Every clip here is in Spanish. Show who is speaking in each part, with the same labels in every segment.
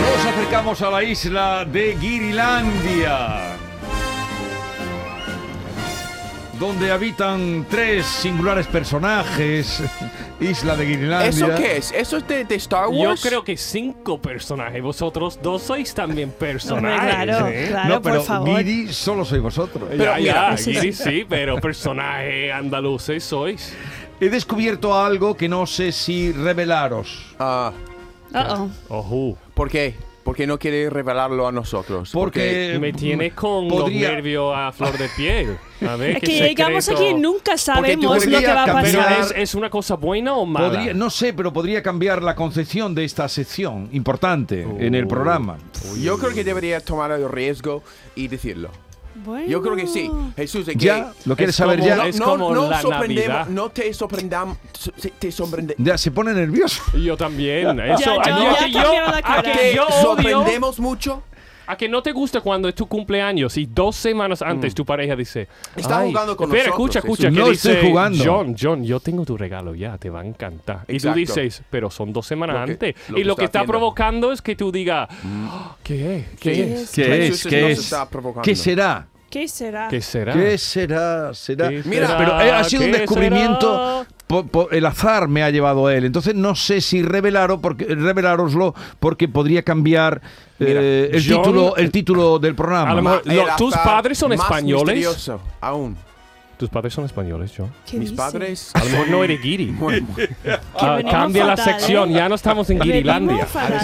Speaker 1: Nos acercamos a la isla de Girilandia, donde habitan tres singulares personajes. Isla de Girilandia.
Speaker 2: ¿Eso qué es? ¿Eso es de, de Star
Speaker 3: Ah, Yo
Speaker 2: Wars?
Speaker 3: creo que cinco personajes. Vosotros dos sois también personajes.
Speaker 4: Hombre, claro,
Speaker 3: ¿eh?
Speaker 4: claro,
Speaker 1: no, pero
Speaker 4: por favor.
Speaker 1: Giri solo sois vosotros.
Speaker 3: ya, ya,
Speaker 4: sí,
Speaker 3: Guiri, sí, pero personajes andaluces sois.
Speaker 1: He descubierto algo que no sé si revelaros.
Speaker 2: Ah,
Speaker 4: Uh-oh.
Speaker 3: Ojo.
Speaker 2: ¿Por qué? Porque no quiere revelarlo a nosotros.
Speaker 1: Porque
Speaker 3: Me tienes con
Speaker 1: Eh, mm, podría-
Speaker 3: los nervios a flor de piel. A ver,
Speaker 4: Es
Speaker 3: qué
Speaker 4: que llegamos
Speaker 3: secreto.
Speaker 4: aquí y nunca sabemos lo
Speaker 1: podrías
Speaker 4: que va a
Speaker 3: Pero
Speaker 1: cambiar-
Speaker 4: pasar.
Speaker 3: ¿es, es una cosa buena o mala?
Speaker 1: podría- no sé, pero podría cambiar la concepción de esta sección importante en
Speaker 3: Oh.
Speaker 1: el programa.
Speaker 2: Yo creo que debería tomar el riesgo y decirlo.
Speaker 4: Bueno.
Speaker 2: Yo creo que sí.
Speaker 4: Ah.
Speaker 2: Jesús, es que-
Speaker 1: Ya, lo quieres
Speaker 3: Es
Speaker 1: saber
Speaker 3: como-
Speaker 1: ya.
Speaker 2: No,
Speaker 3: Es
Speaker 2: no,
Speaker 3: como
Speaker 2: no
Speaker 3: la
Speaker 2: sorprendemos-
Speaker 3: Navidad.
Speaker 2: no te sorprendamos, te sorprende-
Speaker 1: Ya se pone nervioso.
Speaker 3: Yo también. Eso,
Speaker 4: yo-
Speaker 3: a-
Speaker 4: ya
Speaker 3: a que yo,
Speaker 4: cambiaron la
Speaker 3: a
Speaker 4: cara.
Speaker 3: que
Speaker 2: te
Speaker 3: yo odio,
Speaker 2: sorprendemos mucho.
Speaker 3: a que no te gusta cuando es tu cumpleaños y dos semanas antes tu pareja dice...
Speaker 2: Está
Speaker 3: "Ay,
Speaker 2: jugando con
Speaker 3: espera,
Speaker 2: nosotros,
Speaker 3: escucha, escucha.
Speaker 1: Jesús.
Speaker 3: que
Speaker 1: Mm. No
Speaker 3: dice,
Speaker 1: estoy jugando.
Speaker 3: John, John, yo tengo tu regalo ya, te va a encantar.
Speaker 2: Exacto.
Speaker 3: Y tú dices, pero son dos semanas
Speaker 2: Lo que-
Speaker 3: antes.
Speaker 2: lo
Speaker 3: y
Speaker 2: que
Speaker 3: lo que
Speaker 2: está
Speaker 3: está
Speaker 2: haciendo. Mm.
Speaker 3: provocando es que tú digas, "Ah, ¿qué es? ¿Qué, es?
Speaker 1: ¿Qué
Speaker 2: Jesús
Speaker 1: es? ¿Qué
Speaker 2: nos
Speaker 1: es?
Speaker 2: está provocando.
Speaker 1: ¿Qué será?
Speaker 4: ¿Qué será?
Speaker 2: Ah,
Speaker 3: ¿Qué será?
Speaker 1: ¿Qué será? ¿Será?
Speaker 3: ¿Qué
Speaker 2: Mira,
Speaker 3: será?
Speaker 1: Pero eh, ha sido un
Speaker 3: ¿Qué
Speaker 1: descubrimiento.
Speaker 3: será?
Speaker 1: po- po- el azar me ha llevado a él. Entonces no sé si revelaro porque, revelaroslo porque podría cambiar eh, el,
Speaker 3: John-
Speaker 1: título, el título del programa.
Speaker 3: A lo mejor-
Speaker 2: El
Speaker 3: lo- ¿Tus
Speaker 2: azar
Speaker 3: padres son
Speaker 2: más
Speaker 3: españoles?
Speaker 2: misterioso Aún.
Speaker 3: Tus padres son españoles, John.
Speaker 4: ¿Qué
Speaker 2: Mis
Speaker 4: dice?
Speaker 2: padres.
Speaker 3: A lo mejor no eres guiri.
Speaker 2: Muy- muy-
Speaker 3: Ah,
Speaker 4: venimos
Speaker 3: cambia la
Speaker 4: fatal, ¿eh?
Speaker 3: sección, ya no estamos en Guirilandia.
Speaker 4: Venimos fatal.
Speaker 5: A ver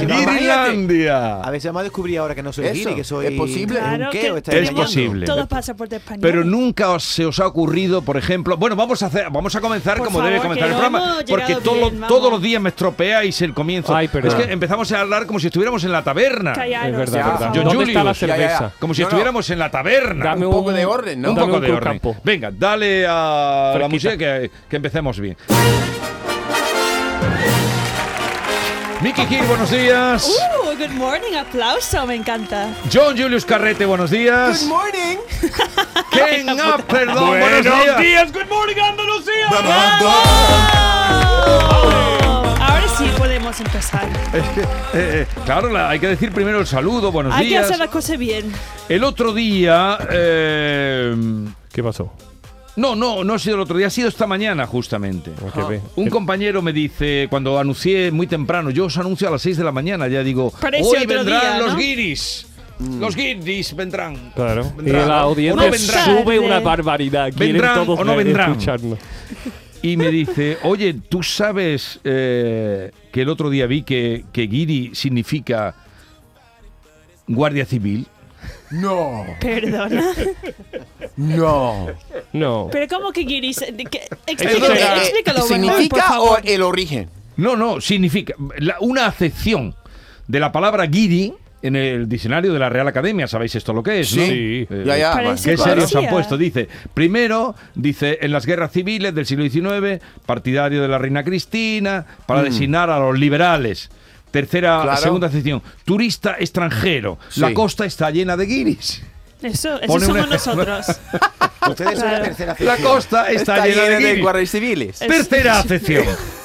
Speaker 5: si
Speaker 1: ¡Irlandia!
Speaker 5: A veces vamos a descubrir ahora que no soy
Speaker 2: Eso,
Speaker 5: Giri, que soy.
Speaker 2: ¿es posible?
Speaker 5: un
Speaker 4: Claro que
Speaker 5: queo, está
Speaker 1: Es
Speaker 4: tenemos
Speaker 1: posible.
Speaker 4: Todos pasaportes españoles.
Speaker 1: Pero nunca os- se os ha ocurrido, por ejemplo, bueno, vamos a hacer, vamos a comenzar
Speaker 4: Por
Speaker 1: como
Speaker 4: favor,
Speaker 1: debe comenzar
Speaker 4: que
Speaker 1: el
Speaker 4: no
Speaker 1: programa,
Speaker 4: hemos
Speaker 1: porque
Speaker 4: llegado
Speaker 1: todo-
Speaker 4: bien, vamos.
Speaker 1: todos los días me estropeáis el comienzo.
Speaker 3: Ay, perdón.
Speaker 1: es que empezamos a hablar como si estuviéramos en la taberna,
Speaker 4: Callaros,
Speaker 3: Es verdad,
Speaker 4: por
Speaker 2: Ya.
Speaker 3: es verdad.
Speaker 1: Yo-
Speaker 4: favor.
Speaker 3: ¿Dónde está la
Speaker 1: Julius,
Speaker 2: ya, ya, ya.
Speaker 3: cerveza?
Speaker 1: como si
Speaker 2: No, no.
Speaker 1: estuviéramos en la taberna.
Speaker 3: Dame
Speaker 2: Un poco de orden, ¿no?
Speaker 1: Un
Speaker 3: Dame
Speaker 1: poco de
Speaker 3: club
Speaker 1: orden.
Speaker 3: campo.
Speaker 1: Venga, dale a la
Speaker 3: Fresquita.
Speaker 1: música que, que empecemos bien. Miki Gil, buenos días.
Speaker 4: Uh, good morning, aplauso, me encanta.
Speaker 1: John Julius Carrete, buenos días.
Speaker 2: Good morning.
Speaker 1: Ken Up, perdón, buenos días.
Speaker 3: good morning Andalucía.
Speaker 4: ¡Oh! Ahora sí podemos empezar.
Speaker 1: Es que, eh, eh, claro, la- hay que decir primero el saludo, buenos
Speaker 4: Hay que
Speaker 1: días.
Speaker 4: hacer las cosas bien.
Speaker 1: El otro día, eh,
Speaker 3: ¿Qué pasó?
Speaker 1: no, no, no ha sido el otro día, ha sido esta mañana justamente.
Speaker 2: Ah.
Speaker 3: ¿Qué ve?
Speaker 1: Un compañero me dice, cuando anuncié muy temprano, yo os anuncio a las 6 de la mañana, ya digo,
Speaker 4: Parece
Speaker 1: hoy
Speaker 4: otro
Speaker 1: vendrán
Speaker 4: día, ¿no?
Speaker 1: los guiris. Los guiris vendrán.
Speaker 3: Claro. Y
Speaker 1: Vendrán,
Speaker 3: la
Speaker 1: ¿no?
Speaker 3: audiencia
Speaker 1: O no vendrán.
Speaker 3: sube
Speaker 4: Tarde.
Speaker 3: una barbaridad. Quieren
Speaker 1: Vendrán
Speaker 3: todos
Speaker 1: o no
Speaker 3: ver-
Speaker 1: vendrán.
Speaker 3: escucharnos.
Speaker 1: Y me dice, oye, ¿tú sabes eh, que el otro día vi que, que guiri significa guardia civil?
Speaker 2: No,
Speaker 4: Perdona.
Speaker 2: no.
Speaker 3: No.
Speaker 4: Pero ¿cómo que guiris? ¿De qué?
Speaker 3: Eso
Speaker 4: Explícalo,
Speaker 3: será-
Speaker 4: explícalo. Manuel, por
Speaker 2: ¿Significa o
Speaker 4: favor.
Speaker 2: el origen?
Speaker 1: No, no, significa la- una acepción de la palabra guiri en el diccionario de la Real Academia. ¿Sabéis esto lo que es? no?
Speaker 3: Sí.
Speaker 1: Eh,
Speaker 2: Ya, ya.
Speaker 4: Parece
Speaker 1: Qué
Speaker 4: Sí, ¿eh?
Speaker 1: serios se han
Speaker 4: parecía.
Speaker 1: puesto. Dice, primero, dice, en las guerras civiles del siglo XIX, partidario de la reina Cristina, para designar a los liberales. Tercera,
Speaker 2: Claro.
Speaker 1: segunda sección, turista extranjero. La
Speaker 2: Sí.
Speaker 1: costa está llena de guiris.
Speaker 4: Eso, eso
Speaker 1: Pone un
Speaker 4: somos
Speaker 1: ejemplo.
Speaker 4: nosotros.
Speaker 5: Ustedes son la
Speaker 4: Claro.
Speaker 5: tercera
Speaker 1: La
Speaker 5: sección.
Speaker 1: costa está, llena, de guiris.
Speaker 2: guardias civiles.
Speaker 4: Es-
Speaker 1: Tercera sección,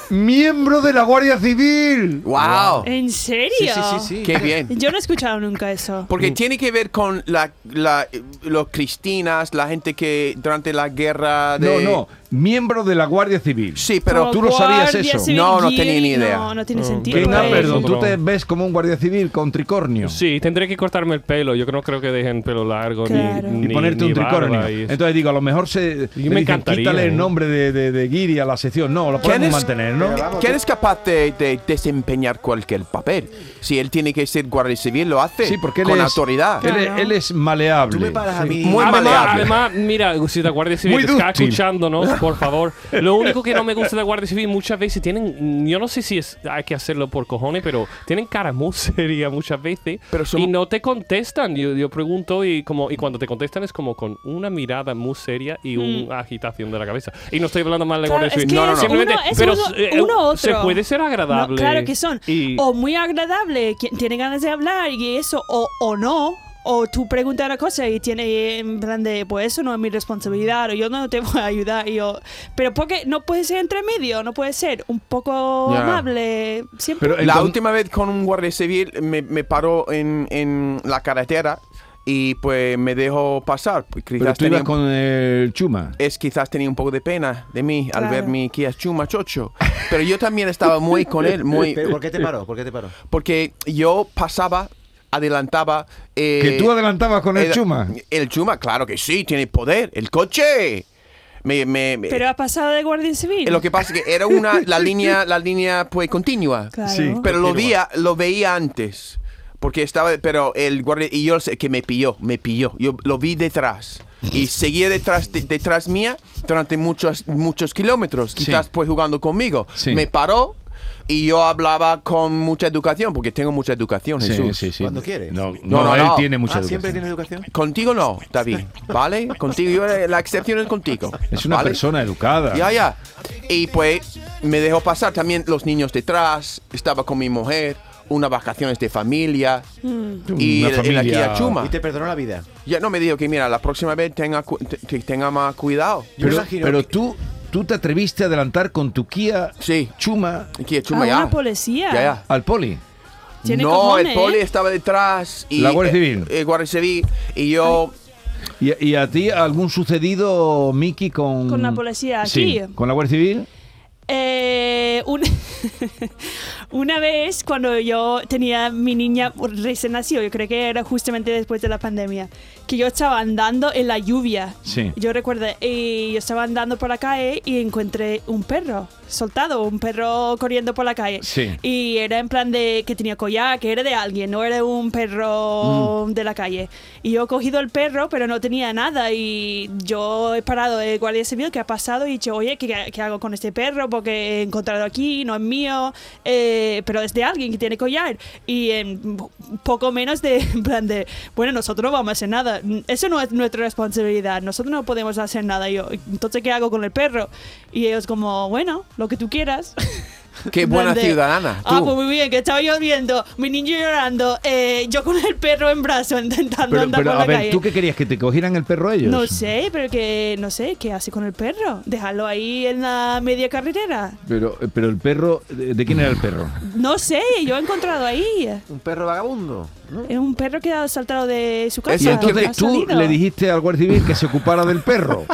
Speaker 1: miembro de la Guardia Civil.
Speaker 2: Wow.
Speaker 4: ¿En serio?
Speaker 5: Sí, sí, sí, sí.
Speaker 2: Qué bien.
Speaker 4: Yo no he escuchado nunca eso.
Speaker 1: Mm.
Speaker 2: Porque tiene que ver con la, la- los cristinas, la gente que durante la guerra
Speaker 1: No,
Speaker 2: de...
Speaker 1: no, miembro de la Guardia Civil.
Speaker 2: Sí, pero...
Speaker 4: Como
Speaker 1: tú lo sabías
Speaker 4: guardia
Speaker 1: eso.
Speaker 4: civil,
Speaker 2: No, no tenía ni
Speaker 4: guiri,
Speaker 2: idea.
Speaker 4: No, no tiene
Speaker 3: Mm.
Speaker 4: sentido.
Speaker 1: Venga,
Speaker 3: Pues-
Speaker 1: perdón, tú
Speaker 3: Nosotros.
Speaker 1: te ves como un guardia civil con tricornio.
Speaker 3: Sí, tendré que cortarme el pelo. Yo no creo que dejen pelo largo ni-
Speaker 4: Claro.
Speaker 3: ni,
Speaker 1: Y ponerte
Speaker 3: ni
Speaker 1: un
Speaker 3: barba
Speaker 1: tricornio.
Speaker 3: y eso.
Speaker 1: Entonces digo, a lo mejor se. le dicen,
Speaker 3: encantaría,
Speaker 1: Quítale
Speaker 3: ¿eh?
Speaker 1: el nombre de, de, de Guiri a la sección. No, lo
Speaker 2: ¿Quién
Speaker 1: podemos
Speaker 2: es- eh,
Speaker 1: mantener, ¿no?
Speaker 5: Vamos,
Speaker 2: ¿Quién
Speaker 5: tú-
Speaker 2: es capaz de, de desempeñar cualquier papel? Si él tiene que ser guardia civil, lo hace
Speaker 1: Sí, porque él
Speaker 2: con
Speaker 1: es.
Speaker 2: autoridad.
Speaker 1: Él, es- él es maleable.
Speaker 5: Tú me paras a mí.
Speaker 2: Muy
Speaker 3: además,
Speaker 2: maleable.
Speaker 3: además, mira, si la Guardia Civil
Speaker 1: Muy
Speaker 3: que está
Speaker 1: dúctil.
Speaker 3: escuchándonos, por favor. Lo único que no me gusta de Guardia Civil muchas veces tienen, yo no sé si es, hay que hacerlo por cojones, pero tienen cara muy seria muchas veces
Speaker 2: Pero son-
Speaker 3: y no te contestan. Yo, yo pregunto y como y cuando te contestan es como con una mirada muy seria y una agitación de la cabeza. Y no estoy hablando mal de
Speaker 4: Mm. Claro,
Speaker 3: Guardia
Speaker 4: es
Speaker 3: Civil.
Speaker 4: que
Speaker 2: No, no, no.
Speaker 3: Simplemente,
Speaker 4: uno- es
Speaker 3: pero
Speaker 4: uno-
Speaker 3: eh,
Speaker 4: uno otro.
Speaker 3: se puede ser agradable.
Speaker 4: No, claro que son.
Speaker 3: Y-
Speaker 4: O muy agradable, que tiene ganas de hablar y eso, o, o no. O tú preguntas la cosa y tiene en plan de, pues eso no es mi responsabilidad, o yo no te voy a ayudar. Y yo, pero porque no puede ser entre medio, no puede ser un poco
Speaker 2: Ya.
Speaker 4: amable. Siempre.
Speaker 1: Pero
Speaker 2: La
Speaker 1: entonces-
Speaker 2: última vez con un guardia civil me, me paró en, en la carretera y pues me dejó pasar. Pues,
Speaker 1: Pero
Speaker 2: Quizás
Speaker 1: tú ibas
Speaker 2: tenía,
Speaker 1: con el Chuma.
Speaker 2: es quizás tenía un poco de pena de mí al ver
Speaker 4: Claro.
Speaker 2: mi Kia Chuma Chocho. Pero yo también estaba muy con él, muy...
Speaker 5: Pero, ¿Por qué te paró? ¿Por qué te paró?
Speaker 2: Porque yo pasaba, adelantaba... eh,
Speaker 1: que tú adelantabas con el
Speaker 2: era-
Speaker 1: Chuma.
Speaker 2: El Chuma, claro que sí, tiene poder. El coche. Me, me- me-
Speaker 4: Pero ha pasado de Guardia Civil.
Speaker 2: Eh, Lo que pasa eh, es que era una la línea la línea pues continua.
Speaker 4: Claro.
Speaker 1: Sí.
Speaker 2: Pero lo
Speaker 5: Continua.
Speaker 2: veía lo veía antes porque estaba pero el guardia y yo sé que me pilló, me pilló. Yo lo vi detrás y seguía detrás de- detrás mía durante muchos muchos kilómetros, quizás pues jugando conmigo.
Speaker 1: Sí.
Speaker 2: Me paró y yo hablaba con mucha educación porque tengo mucha educación, Jesús.
Speaker 5: Cuando quieres.
Speaker 1: No, no,
Speaker 2: No, no,
Speaker 1: él
Speaker 2: no.
Speaker 1: tiene mucha
Speaker 5: Ah, ¿Siempre
Speaker 1: educación.
Speaker 5: tienes educación?
Speaker 2: Contigo no, David, ¿vale? Contigo, yo, eh, la excepción es contigo.
Speaker 1: Es una
Speaker 2: ¿vale?
Speaker 1: persona educada.
Speaker 2: Ya, ya. Y pues me dejó pasar también los niños detrás, estaba con mi mujer, unas vacaciones de familia
Speaker 4: Mm.
Speaker 2: y
Speaker 1: Una
Speaker 2: el- el aquí
Speaker 1: familia-
Speaker 2: a Chuma.
Speaker 5: Y te perdonó la vida.
Speaker 2: Ya no me dijo que mira, la próxima vez tenga, cu- te- que tenga más cuidado.
Speaker 5: Yo
Speaker 1: Pero,
Speaker 5: imagino
Speaker 1: pero
Speaker 5: que-
Speaker 1: tú, tú te atreviste a adelantar con tu Kia
Speaker 2: Sí,
Speaker 1: Chuma
Speaker 2: aquí a
Speaker 4: a
Speaker 2: Chuma
Speaker 4: Ah, una
Speaker 2: ya.
Speaker 4: policía.
Speaker 2: Ya, ya.
Speaker 1: al poli.
Speaker 4: Tiene
Speaker 2: no,
Speaker 4: cojones,
Speaker 2: el poli
Speaker 4: ¿eh?
Speaker 2: estaba detrás. Y,
Speaker 1: La Guardia Civil.
Speaker 2: eh, eh, Guardia Civil. Y yo,
Speaker 1: ¿Y, y a ti algún sucedido, Miki, con...
Speaker 4: Con la policía
Speaker 1: Sí,
Speaker 4: aquí.
Speaker 1: con la Guardia Civil?
Speaker 4: Eh, un- una vez cuando yo tenía mi niña recién nacido, yo creo que era justamente después de la pandemia, que yo estaba andando en la lluvia.
Speaker 1: Sí.
Speaker 4: Yo recuerdo, y yo estaba andando por la calle y encontré un perro soltado, un perro corriendo por la calle.
Speaker 1: Sí.
Speaker 4: Y era en plan de que tenía collar, que era de alguien, no era un perro de la calle. Y yo he cogido el perro, pero no tenía nada. Y yo he parado el guardia civil que ha pasado y he dicho, oye, ¿qué, qué hago con este perro? Porque he encontrado aquí, no es mío, eh, pero es de alguien que tiene collar. Y en poco menos de, en plan de, bueno, nosotros no vamos a hacer nada. Eso no es nuestra responsabilidad. Nosotros no podemos hacer nada. Y yo, entonces, ¿qué hago con el perro? Y ellos como, bueno, lo que tú quieras.
Speaker 2: qué buena
Speaker 4: Grande.
Speaker 2: ciudadana.
Speaker 4: Ah,
Speaker 2: tú.
Speaker 4: pues muy bien, que estaba lloviendo, mi niño llorando, eh, yo con el perro en brazo intentando
Speaker 1: Pero,
Speaker 4: andar
Speaker 1: pero,
Speaker 4: por
Speaker 1: a
Speaker 4: la
Speaker 1: ver,
Speaker 4: calle.
Speaker 1: ¿tú qué querías? ¿Que te cogieran el perro ellos?
Speaker 4: No sé, pero que no sé, ¿qué hace con el perro? ¿Dejarlo ahí en la media carretera?
Speaker 1: Pero, pero el perro... ¿De de quién era el perro?
Speaker 4: No sé, yo he encontrado ahí.
Speaker 5: Un perro vagabundo. ¿no?
Speaker 4: Es un perro que ha saltado de su casa.
Speaker 1: Y entonces
Speaker 4: ha
Speaker 1: tú
Speaker 4: salido.
Speaker 1: le dijiste al Guardia Civil que se ocupara del perro.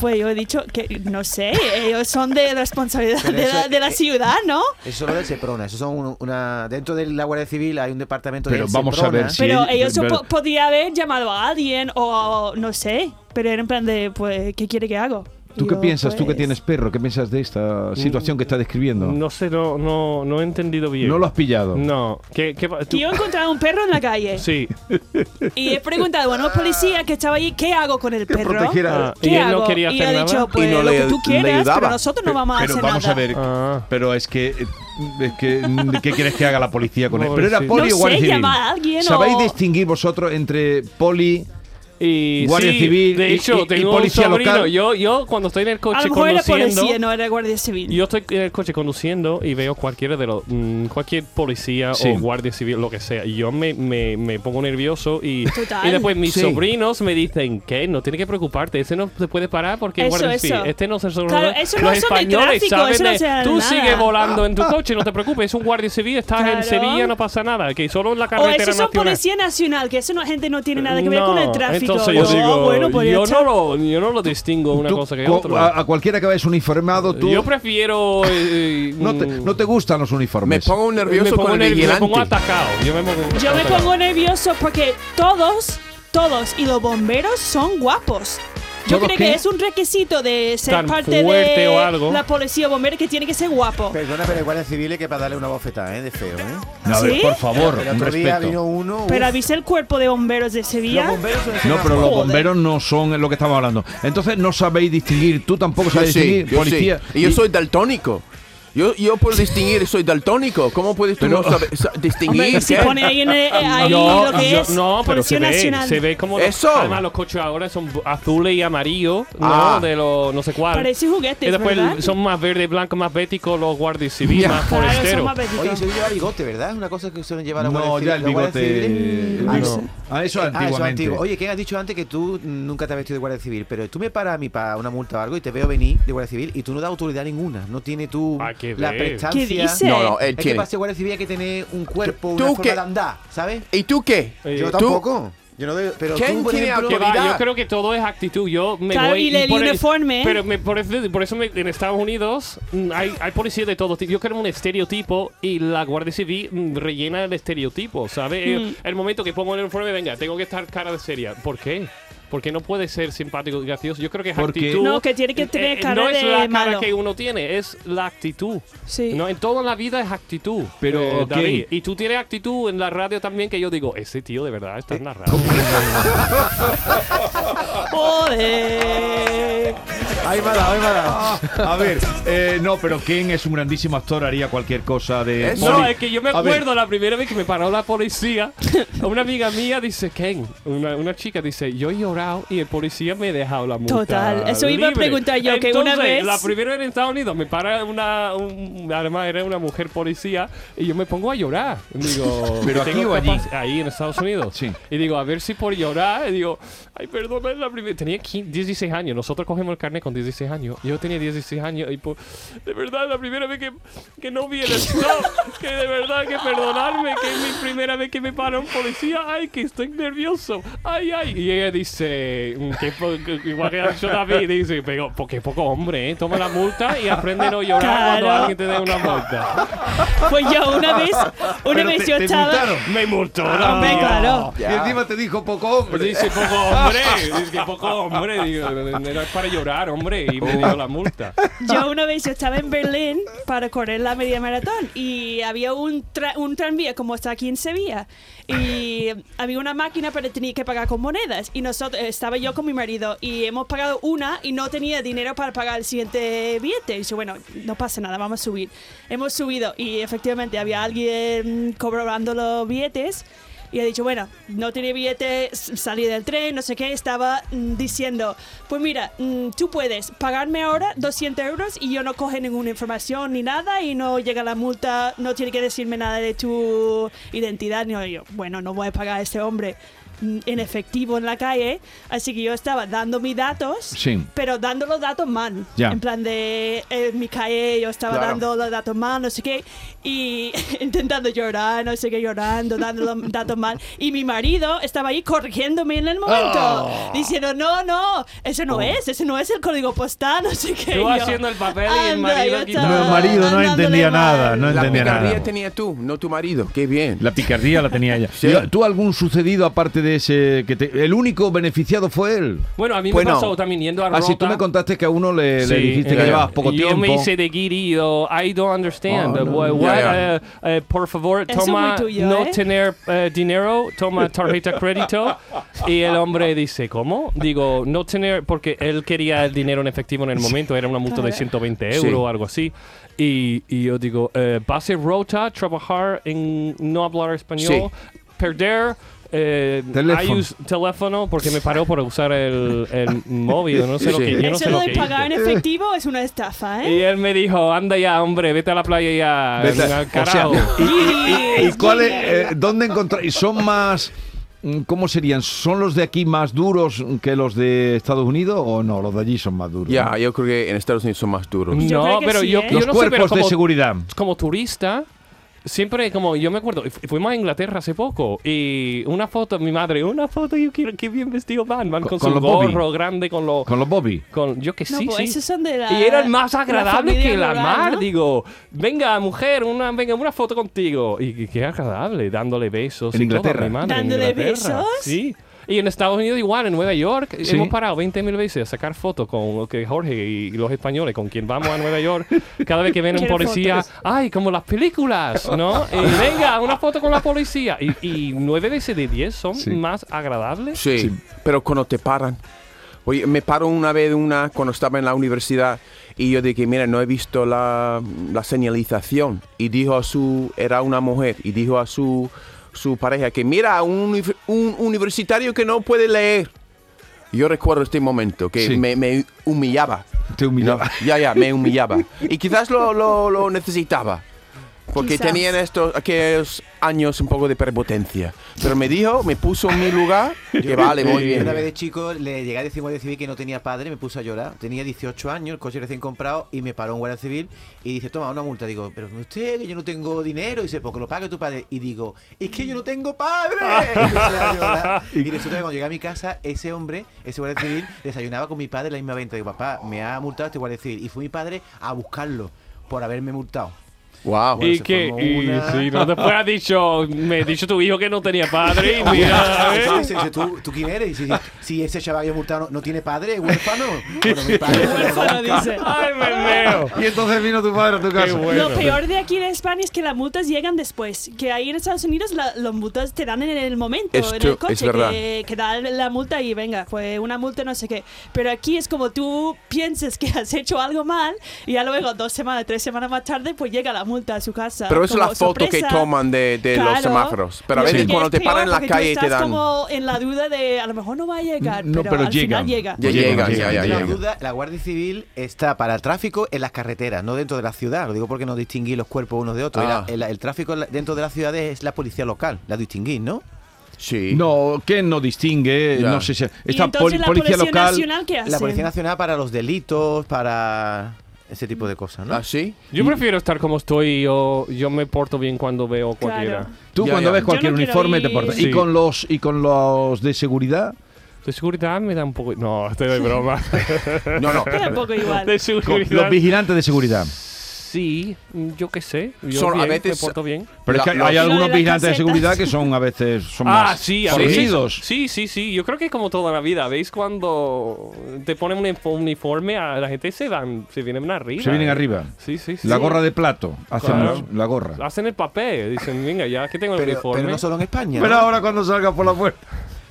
Speaker 4: Pues yo he dicho que, no sé, ellos son de responsabilidad
Speaker 5: Pero
Speaker 4: de la,
Speaker 5: eso-
Speaker 4: de la
Speaker 5: eh,
Speaker 4: ciudad, ¿no?
Speaker 5: Eso no es del Seprona. Eso son un- una. Dentro de la Guardia Civil hay un departamento
Speaker 1: Pero
Speaker 5: del
Speaker 1: vamos a
Speaker 5: Seprona.
Speaker 1: ver si-
Speaker 4: Pero
Speaker 1: él-
Speaker 4: ellos
Speaker 1: pero-
Speaker 4: po- podía haber llamado a alguien o no sé, pero era en plan de, pues, ¿qué quiere que hago?
Speaker 1: ¿Tú qué
Speaker 4: Yo,
Speaker 1: piensas? ¿Tú que
Speaker 4: pues,
Speaker 1: tienes perro? ¿Qué piensas de esta situación que está describiendo?
Speaker 3: No sé, no, no, no he entendido bien.
Speaker 1: No lo has pillado.
Speaker 3: No. ¿Qué, qué va- tú-
Speaker 4: Que yo he encontrado un perro en la calle
Speaker 3: Sí.
Speaker 4: y he preguntado a unos policías que estaba allí, ¿qué hago con el perro?
Speaker 3: Ah,
Speaker 4: ¿Qué
Speaker 3: y él
Speaker 4: hago?
Speaker 3: no quería
Speaker 4: y
Speaker 3: hacer
Speaker 4: ha
Speaker 3: nada.
Speaker 4: dicho, pues,
Speaker 2: Y no
Speaker 4: lo
Speaker 2: le-
Speaker 4: que tú
Speaker 2: le
Speaker 4: quieras, pero
Speaker 2: ayudaba.
Speaker 4: nosotros no vamos a hacer nada.
Speaker 3: Ah.
Speaker 1: Pero es que. eh, Es que. ¿Qué quieres que haga la policía con él? Pero era
Speaker 3: Pobrecito.
Speaker 1: poli
Speaker 4: No
Speaker 1: o guardia
Speaker 4: sé,
Speaker 1: civil.
Speaker 4: llama a alguien
Speaker 1: ¿Sabéis
Speaker 4: o-
Speaker 1: distinguir vosotros entre poli.
Speaker 3: Y
Speaker 1: Guardia
Speaker 3: sí,
Speaker 1: Civil
Speaker 3: De
Speaker 1: y-
Speaker 3: hecho,
Speaker 1: y- y
Speaker 3: tengo
Speaker 1: policía
Speaker 3: un sobrino.
Speaker 1: local.
Speaker 3: Yo, yo cuando estoy en el
Speaker 4: A
Speaker 3: coche
Speaker 4: lo mejor era
Speaker 3: conduciendo,
Speaker 4: policía, no era guardia civil.
Speaker 3: yo estoy en el coche conduciendo y veo cualquiera de los, mm, cualquier policía
Speaker 1: Sí.
Speaker 3: o guardia civil, lo que sea. Y yo me, me, me pongo nervioso y,
Speaker 4: Total.
Speaker 3: y después mis
Speaker 1: Sí.
Speaker 3: sobrinos me dicen que no tienes que preocuparte, ese no se puede parar porque es
Speaker 4: Eso,
Speaker 3: guardia
Speaker 4: eso.
Speaker 3: civil. Este no se solo
Speaker 4: Claro, eso no
Speaker 3: los
Speaker 4: son de
Speaker 3: españoles
Speaker 4: tráfico,
Speaker 3: saben
Speaker 4: eso no
Speaker 3: de-
Speaker 4: se da
Speaker 3: tú
Speaker 4: nada.
Speaker 3: sigue volando en tu coche, no te preocupes, es un guardia civil, estás en
Speaker 4: Claro.
Speaker 3: Sevilla, no pasa nada, que solo en la
Speaker 4: o
Speaker 3: carretera
Speaker 4: eso son
Speaker 3: nacional.
Speaker 4: policía nacional, que eso no gente no tiene nada que ver con el
Speaker 3: No,
Speaker 4: tráfico.
Speaker 3: Entonces yo
Speaker 4: No,
Speaker 3: digo,
Speaker 4: bueno, pues ya
Speaker 3: yo,
Speaker 4: está.
Speaker 3: no lo, yo no lo distingo una
Speaker 1: tú-
Speaker 3: cosa que
Speaker 1: cu-
Speaker 3: otra.
Speaker 1: a, a cualquiera que vayas uniformado, tú.
Speaker 3: Yo prefiero. eh, eh,
Speaker 1: no, te,
Speaker 3: mm,
Speaker 1: no te gustan los
Speaker 2: me
Speaker 1: uniformes.
Speaker 2: pongo nervioso
Speaker 3: me pongo
Speaker 2: con
Speaker 3: nerv-
Speaker 2: el vigilante.
Speaker 3: Me pongo atacado. Yo me pongo,
Speaker 4: Yo me
Speaker 3: atacado.
Speaker 4: pongo nervioso porque todos, todos y los bomberos son guapos. Yo
Speaker 1: ¿Todos
Speaker 4: creo
Speaker 1: qué?
Speaker 4: que es un requisito de ser
Speaker 3: Tan
Speaker 4: parte
Speaker 3: fuerte
Speaker 4: de
Speaker 3: o algo.
Speaker 4: la policía o bombero que tiene que ser guapo.
Speaker 5: Perdona, pero hay guardias civiles que para darle una bofetada, ¿eh? De feo, ¿eh?
Speaker 1: No, a ver,
Speaker 4: ¿Sí?
Speaker 1: por favor,
Speaker 5: El
Speaker 1: un
Speaker 5: otro día
Speaker 1: respeto.
Speaker 5: vino uno. uf,
Speaker 4: Pero avisa el cuerpo de bomberos de
Speaker 5: los
Speaker 4: Sevilla.
Speaker 5: bomberos son
Speaker 1: No, pero los
Speaker 4: Joder.
Speaker 1: bomberos no son lo que estamos hablando. Entonces no sabéis distinguir, tú tampoco
Speaker 2: Yo
Speaker 1: sabes
Speaker 2: sí,
Speaker 1: distinguir
Speaker 2: yo sí.
Speaker 1: policía.
Speaker 2: Y yo
Speaker 1: y-
Speaker 2: soy daltónico. Yo, yo por distinguir soy daltónico. ¿Cómo puedes tú
Speaker 1: Pero-
Speaker 2: no saber- sa- distinguir?
Speaker 4: Hombre, si
Speaker 2: qué?
Speaker 4: pone ahí, en, eh, ahí
Speaker 3: Yo-
Speaker 4: lo que
Speaker 3: yo-
Speaker 4: es
Speaker 3: no, pero se
Speaker 4: Policía
Speaker 3: ve,
Speaker 4: Nacional.
Speaker 3: se ve como
Speaker 2: Eso.
Speaker 3: además los coches ahora son bu- azules y amarillos,
Speaker 2: Ah.
Speaker 3: no de los no sé cuál.
Speaker 4: Parece juguetes,
Speaker 3: y después
Speaker 4: ¿verdad?
Speaker 3: son más verde, blanco, más béticos los guardias civiles,
Speaker 2: Ya.
Speaker 3: más
Speaker 4: Claro, son
Speaker 3: foresteros.
Speaker 4: más béticos.
Speaker 5: Oye, se lleva bigote, ¿verdad? Es una cosa que suelen llevar los
Speaker 1: No,
Speaker 5: guardias
Speaker 1: ya el
Speaker 5: civiles- los guardias
Speaker 1: bigote.
Speaker 5: civiles. Ah,
Speaker 1: Ah,
Speaker 5: no.
Speaker 1: no. Ah, eso
Speaker 5: Ah, eso es
Speaker 1: antiguamente.
Speaker 5: antiguo. Oye, ¿quién has dicho antes que tú nunca te has vestido de guardia civil? Pero tú me paras a mí para una multa o algo y te veo venir de guardia civil y tú no das autoridad ninguna. No tiene tú
Speaker 3: Hay que
Speaker 5: la
Speaker 3: ver.
Speaker 5: prestancia.
Speaker 4: ¿Qué dice?
Speaker 2: No, no,
Speaker 5: Es
Speaker 2: él
Speaker 5: que
Speaker 2: tiene.
Speaker 5: para ser guardia civil hay que tener un cuerpo,
Speaker 2: ¿Tú
Speaker 5: una forma
Speaker 2: qué?
Speaker 5: de andar, ¿sabes?
Speaker 2: ¿Y tú qué?
Speaker 3: Eh,
Speaker 5: Yo
Speaker 2: ¿Tú?
Speaker 5: tampoco. Yo no doy, pero
Speaker 2: ¿Quién
Speaker 5: tú, por
Speaker 2: tiene
Speaker 5: ejemplo,
Speaker 3: Que va,
Speaker 2: autoridad?
Speaker 3: yo creo que todo es actitud. Yo me
Speaker 4: Claro,
Speaker 3: voy
Speaker 4: y el
Speaker 3: por
Speaker 4: uniforme.
Speaker 3: Pero me, por, eso- por eso me- en Estados Unidos mm, hay, hay policías de todo tipo. Yo creo un estereotipo y la Guardia Civil mm, rellena el estereotipo, ¿sabes?
Speaker 4: Mm.
Speaker 3: El, el momento que pongo el uniforme, venga, tengo que estar cara de seria. ¿Por qué? Porque no puede ser simpático y gracioso. Yo creo que es
Speaker 1: Porque-
Speaker 3: actitud. Eh,
Speaker 4: No, que tiene que tener cara
Speaker 3: No es
Speaker 4: de
Speaker 3: la cara
Speaker 4: malo.
Speaker 3: que uno tiene, es la actitud.
Speaker 4: Sí.
Speaker 3: No, en toda la vida es actitud.
Speaker 1: Pero,
Speaker 3: eh,
Speaker 1: ok.
Speaker 3: David. Y tú tienes actitud en la radio también que yo digo, ese tío de verdad está en
Speaker 1: Eh,
Speaker 3: la radio.
Speaker 4: Joder.
Speaker 5: Ahí me ha dado, ahí me ha dado.
Speaker 1: A ver, eh, no, pero Ken es un grandísimo actor, haría cualquier cosa de.
Speaker 2: Eso.
Speaker 3: No,
Speaker 1: poli.
Speaker 3: es que yo me
Speaker 1: A ver,
Speaker 3: acuerdo la primera vez que me paró la policía. Una amiga mía dice, Ken, una, una chica dice, yo he llorado y el policía me ha dejado la multa.
Speaker 4: Total, eso iba a
Speaker 3: libre".
Speaker 4: preguntar yo, que
Speaker 3: Entonces,
Speaker 4: una vez-
Speaker 3: La primera vez en Estados Unidos me para una. un- además, era una mujer policía y yo me pongo a llorar. Digo,
Speaker 1: ¿Pero
Speaker 3: "Tengo
Speaker 1: aquí o allí?"
Speaker 3: capac- Ahí en Estados Unidos.
Speaker 1: Sí.
Speaker 3: Y digo, a ver si por llorar. Y digo, ay, perdón, es la primera. Tenía 15, 16 años. Nosotros cogemos el carnet con 16 años. Yo tenía 16 años. Y por- de verdad, la primera vez que, que no vi el stop. que de verdad, que perdonarme. Que es mi primera vez que me para un policía. Ay, que estoy nervioso. Ay, ay. Y ella dice, mm, que po- que- igual que ha dicho David, dice, pero porque poco hombre, ¿eh? Toma la multa y aprende a no llorar cuando
Speaker 4: Claro.
Speaker 3: alguien te dé una multa.
Speaker 4: Pues yo una vez, una
Speaker 1: pero
Speaker 4: vez
Speaker 1: te-
Speaker 4: yo
Speaker 1: te
Speaker 4: estaba.
Speaker 1: multaron.
Speaker 3: Me multó la
Speaker 4: Hombre,
Speaker 5: Ah.
Speaker 3: tía.
Speaker 4: claro.
Speaker 1: Y
Speaker 2: Ya.
Speaker 1: encima te dijo poco hombre.
Speaker 3: Dice poco hombre, dice poco hombre, digo, era para llorar, hombre, y me dio la multa.
Speaker 4: Yo una vez yo estaba en Berlín para correr la media maratón y había un, tra- un tranvía como está aquí en Sevilla y había una máquina pero tenía que pagar con monedas y nosotros estaba yo con mi marido y hemos pagado una y no tenía dinero para pagar el siguiente billete y yo bueno no pasa nada vamos a subir hemos subido y efectivamente había alguien cobrando los billetes y ha dicho, bueno, no tenía billete, s- salí del tren, no sé qué, estaba mm, diciendo, pues mira, mm, tú puedes pagarme ahora 200 euros y yo no coge ninguna información ni nada y no llega la multa, no tiene que decirme nada de tu identidad, ni yo, bueno, no voy a pagar a este hombre mm, en efectivo en la calle, así que yo estaba dando mis datos,
Speaker 1: Sí.
Speaker 4: pero dando los datos mal,
Speaker 1: Ya.
Speaker 4: en plan de eh, mi calle, yo estaba
Speaker 2: Claro.
Speaker 4: dando dando los datos mal, no sé qué, y intentando llorar, no sé qué, llorando, dando los datos mal. Y mi marido estaba ahí corrigiéndome en el momento,
Speaker 1: Ah.
Speaker 4: diciendo, no, no, ese
Speaker 1: Oh.
Speaker 4: no es, ese no es el código postal, no sé qué.
Speaker 3: Tú
Speaker 4: Yo,
Speaker 3: haciendo el papel y el
Speaker 4: anda,
Speaker 3: marido
Speaker 4: yo
Speaker 3: aquí-
Speaker 4: estaba
Speaker 3: No, el
Speaker 1: marido no
Speaker 4: andándole
Speaker 1: entendía
Speaker 4: mal.
Speaker 1: nada, no
Speaker 2: La
Speaker 1: entendía
Speaker 2: picardía
Speaker 1: nada.
Speaker 2: tenía tú, no tu marido. Qué bien.
Speaker 1: La picardía la tenía ella. Yo- ¿Tú algún sucedido aparte de ese que te- el único beneficiado fue él?
Speaker 3: Bueno, a mí
Speaker 2: Bueno.
Speaker 3: me pasó también yendo a Rota.
Speaker 1: Ah, si tú me contaste que a uno le, le
Speaker 3: Sí,
Speaker 1: dijiste
Speaker 3: eh,
Speaker 1: que llevabas poco
Speaker 3: yo
Speaker 1: tiempo.
Speaker 3: me hice de guirido. I don't understand.
Speaker 1: Oh, no.
Speaker 3: Wha- what,
Speaker 2: Ya, ya.
Speaker 3: eh, eh, por favor,
Speaker 4: Eso es
Speaker 3: toma
Speaker 4: muy tuyo,
Speaker 3: no
Speaker 4: ¿eh?
Speaker 3: tener eh, dinero, toma tarjeta crédito. y el hombre dice, ¿cómo? Digo, no tener, porque él quería el dinero en efectivo en el momento, era una multa de
Speaker 4: Claro.
Speaker 3: 120
Speaker 2: Sí.
Speaker 3: euros o algo así. Y, y yo digo, eh, base rota, trabajar en no hablar español, perder... eh,
Speaker 1: Teléfono.
Speaker 3: I use teléfono porque me paró por usar el, el móvil no sé lo
Speaker 2: Sí.
Speaker 3: que yo no sé
Speaker 4: Eso
Speaker 3: lo que
Speaker 4: de pagar
Speaker 3: hice.
Speaker 4: en efectivo es una estafa,
Speaker 3: Y
Speaker 4: ¿eh?
Speaker 3: él me dijo, anda ya, hombre, vete a la playa ya.
Speaker 1: Vete a-
Speaker 3: al
Speaker 1: o sea,
Speaker 3: carajo.
Speaker 1: ¿Y, y- y- y cuál es, eh, dónde encontrar? ¿Y son más, mm, cómo serían? ¿Son los de aquí más duros que los de Estados Unidos o no? Los de allí son más duros.
Speaker 2: Ya,
Speaker 1: ¿no?
Speaker 2: yo creo que en Estados Unidos son más duros.
Speaker 1: Mm,
Speaker 4: Yo
Speaker 3: no,
Speaker 4: creo que
Speaker 3: pero
Speaker 4: sí,
Speaker 3: yo,
Speaker 4: ¿eh?
Speaker 3: yo
Speaker 1: Los
Speaker 3: no sé, pero
Speaker 1: cuerpos
Speaker 3: como,
Speaker 1: de seguridad.
Speaker 3: como turista, siempre como yo me acuerdo, fu- fuimos a Inglaterra hace poco y una foto, mi madre, una foto, yo quiero, qué bien vestido van, van
Speaker 1: Con-
Speaker 3: con,
Speaker 1: con
Speaker 3: su
Speaker 1: los bobby.
Speaker 3: gorro grande, con los...
Speaker 1: Con los Bobby.
Speaker 3: Con, yo que
Speaker 4: No,
Speaker 3: sí,
Speaker 4: pues
Speaker 3: sí.
Speaker 4: esos son de la-
Speaker 3: y era el más
Speaker 4: de la
Speaker 3: agradable
Speaker 4: familia
Speaker 3: que la
Speaker 4: rural,
Speaker 3: mar,
Speaker 4: ¿no?
Speaker 3: digo, venga mujer, una, venga una foto contigo. Y, y qué agradable, dándole besos.
Speaker 1: En
Speaker 3: y todo a mi
Speaker 1: Inglaterra.
Speaker 3: madre, en
Speaker 4: ¿Dándole
Speaker 3: Inglaterra.
Speaker 4: besos?
Speaker 3: Sí. Y en Estados Unidos igual, en Nueva York,
Speaker 1: Sí.
Speaker 3: hemos parado 20.000 veces a sacar fotos con lo que Jorge y los españoles, con quien vamos a Nueva York, cada vez que ven un
Speaker 4: Quiero
Speaker 3: policía, ay, como las películas, ¿no? Y venga, una foto con la policía. Y, y nueve veces de 10 son
Speaker 1: Sí.
Speaker 3: más agradables.
Speaker 2: Sí, pero cuando te paran. Oye, me paro una vez una cuando estaba en la universidad y yo dije, mira, no he visto la, la señalización. Y dijo a su, era una mujer, y dijo a su, su pareja que, mira, un, uni- un universitario que no puede leer. Yo recuerdo este momento que
Speaker 1: Sí.
Speaker 2: me, me humillaba.
Speaker 1: Te humillaba.
Speaker 2: Ya, ya, me humillaba. y quizás lo, lo, lo necesitaba. Porque
Speaker 4: Quizás.
Speaker 2: tenían estos, aquellos años un poco de prepotencia. Pero me dijo, me puso en mi lugar, que vale, muy
Speaker 5: Yo Una vez
Speaker 2: bien.
Speaker 5: de chico le llegué a decir a un guardia civil que no tenía padre, me puse a llorar. Tenía 18 años, el coche recién comprado, y me paró un guardia civil y dice, toma una multa. Digo, pero usted, que yo no tengo dinero. Y dice, porque lo pague tu padre. Y digo, es que yo no tengo padre. Y, empecé a llorar. Y resulta que cuando llegué a mi casa, ese hombre, ese guardia civil, desayunaba con mi padre en la misma venta. Digo, papá, me ha multado este guardia civil. Y fue mi padre a buscarlo por haberme multado.
Speaker 2: Wow.
Speaker 5: Bueno,
Speaker 3: y
Speaker 5: se
Speaker 3: que,
Speaker 5: formó
Speaker 3: y
Speaker 5: una-
Speaker 3: sí, no, después ha dicho, me ha dicho tu hijo que no tenía padre, y mira, ¿eh?
Speaker 5: Sí, sí, sí, ¿tú, ¿Tú quién eres? Y Si, si ese chaval que he multado no, no tiene padre, es huérfano. Bueno, mi padre fue
Speaker 4: Huérfano, dice.
Speaker 3: Ay, me meo.
Speaker 1: Y entonces vino tu padre a tu
Speaker 3: Qué
Speaker 1: casa.
Speaker 3: bueno.
Speaker 4: Lo peor de aquí en España es que las multas llegan después. Que ahí en Estados Unidos la- las multas te dan en el momento,
Speaker 2: Es
Speaker 4: en
Speaker 2: true,
Speaker 4: el
Speaker 2: es
Speaker 4: coche.
Speaker 2: verdad.
Speaker 4: Que, que da la multa y venga, fue una multa, no sé qué. Pero aquí es como tú pienses que has hecho algo mal y ya luego, dos semanas, tres semanas más tarde, pues llega la multa a su casa.
Speaker 2: Pero es
Speaker 4: "Ah, como
Speaker 2: la foto que
Speaker 4: sorpresa.
Speaker 2: toman de, de los
Speaker 4: Claro.
Speaker 2: semáforos. Pero a
Speaker 4: Yo
Speaker 2: veces
Speaker 4: creo que
Speaker 2: cuando
Speaker 4: es
Speaker 2: te
Speaker 4: peor
Speaker 2: paran en la
Speaker 4: porque tú
Speaker 2: calle te
Speaker 4: estás
Speaker 2: dan...
Speaker 4: como en la duda de a lo mejor no va a llegar,
Speaker 1: No,
Speaker 4: pero,
Speaker 1: pero
Speaker 4: al
Speaker 1: llegan.
Speaker 4: final llega.
Speaker 2: Ya llegan, ya, ya,
Speaker 5: La,
Speaker 2: ya.
Speaker 5: duda, la Guardia Civil está para el tráfico en las carreteras, no dentro de la ciudad. Lo digo porque no distinguí los cuerpos unos de otros.
Speaker 2: Ah.
Speaker 5: Y la- el, el tráfico en la- dentro de las ciudades es la policía local. La distinguís, ¿no?
Speaker 2: Sí.
Speaker 1: No, que no distingue,
Speaker 2: Ya.
Speaker 1: no sé si...
Speaker 4: Y
Speaker 1: Esta
Speaker 4: entonces
Speaker 1: poli-
Speaker 4: la
Speaker 1: policía
Speaker 4: Policía
Speaker 1: local...
Speaker 4: Nacional, ¿qué hace?
Speaker 5: La Policía Nacional para los delitos, para ese tipo de cosas, ¿no?
Speaker 2: ¿Ah, sí?
Speaker 3: Yo prefiero estar como estoy, yo, yo me porto bien cuando veo cualquiera.
Speaker 4: Claro.
Speaker 1: Tú
Speaker 2: Ya,
Speaker 1: cuando
Speaker 2: ya.
Speaker 1: ves
Speaker 2: Yo
Speaker 1: cualquier
Speaker 4: no quiero
Speaker 1: uniforme te
Speaker 4: ir.
Speaker 1: portas. ¿Y,
Speaker 3: Sí.
Speaker 1: con los, ¿Y con los de seguridad?
Speaker 3: De seguridad me da un poco... No, estoy de broma.
Speaker 2: No, no.
Speaker 4: Queda un poco igual.
Speaker 3: de
Speaker 1: Con los
Speaker 3: seguridad...
Speaker 1: vigilantes de seguridad.
Speaker 3: Sí, yo qué sé. Yo
Speaker 2: Son a
Speaker 3: bien,
Speaker 2: veces-
Speaker 3: me porto bien.
Speaker 1: Pero es
Speaker 2: La-
Speaker 1: que hay
Speaker 2: los-
Speaker 1: hay
Speaker 4: Lo de
Speaker 1: algunos
Speaker 4: las
Speaker 1: vigilantes de
Speaker 4: casetas.
Speaker 1: seguridad que son a veces son
Speaker 3: Ah,
Speaker 1: más
Speaker 3: sí, a veces.
Speaker 1: fornidos.
Speaker 3: Sí, sí, sí. Yo creo que es como toda la vida. ¿Veis cuando te ponen un info- uniforme a la gente se van, se vienen arriba?
Speaker 1: Se vienen
Speaker 3: eh?
Speaker 1: arriba.
Speaker 3: Sí, sí, sí.
Speaker 1: La gorra de plato, hacemos
Speaker 3: Claro.
Speaker 1: la gorra.
Speaker 3: Hacen el papel, dicen, venga, ya que tengo el
Speaker 5: Pero,
Speaker 3: uniforme.
Speaker 5: pero no solo en España.
Speaker 1: Pero
Speaker 5: ¿no?
Speaker 1: ahora cuando salgas por la puerta.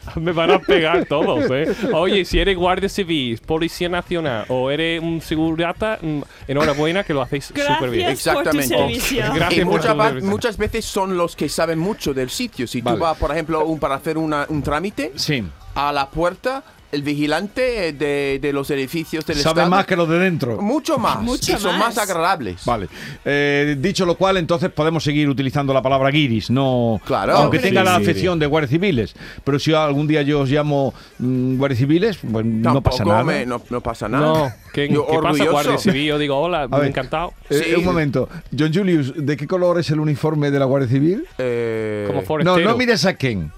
Speaker 3: Me van a pegar todos, ¿eh? Oye, si eres guardia civil, policía nacional o eres un segurata, mm, enhorabuena que lo hacéis súper bien.
Speaker 4: Gracias por tu
Speaker 2: Exactamente.
Speaker 4: servicio.
Speaker 3: Gracias
Speaker 2: Y
Speaker 3: por
Speaker 2: muchas,
Speaker 3: tu
Speaker 2: va-
Speaker 3: servicio.
Speaker 2: muchas veces son los que saben mucho del sitio. Si
Speaker 1: Vale.
Speaker 2: tú vas, por ejemplo, un- para hacer una- un trámite,
Speaker 1: Sí.
Speaker 2: a la puerta, el vigilante eh, de, de los edificios del
Speaker 1: Sabe
Speaker 2: Estado-
Speaker 1: más que los de dentro.
Speaker 2: Mucho más.
Speaker 4: Mucho
Speaker 2: y son más,
Speaker 4: más.
Speaker 2: agradables.
Speaker 1: Vale. Eh, dicho lo cual, entonces podemos seguir utilizando la palabra guiris, no.
Speaker 2: Claro.
Speaker 1: Aunque
Speaker 2: Hombre,
Speaker 1: tenga la
Speaker 2: sí, sí.
Speaker 1: afición de guardias civiles. Pero si algún día yo os llamo mm, guardias civiles, pues no
Speaker 2: Tampoco
Speaker 1: pasa nada.
Speaker 2: me- no, no pasa nada.
Speaker 3: No, ¿qué,
Speaker 2: Yo
Speaker 3: qué pasa,
Speaker 2: orgulloso.
Speaker 3: guardia civil? Yo digo, hola,
Speaker 1: ver.
Speaker 3: encantado.
Speaker 1: Eh,
Speaker 2: Sí.
Speaker 1: Un momento. John Julius, ¿de qué color es el uniforme de la Guardia Civil?
Speaker 2: Eh,
Speaker 3: Como
Speaker 1: No,
Speaker 3: forastero.
Speaker 1: no mires a Ken.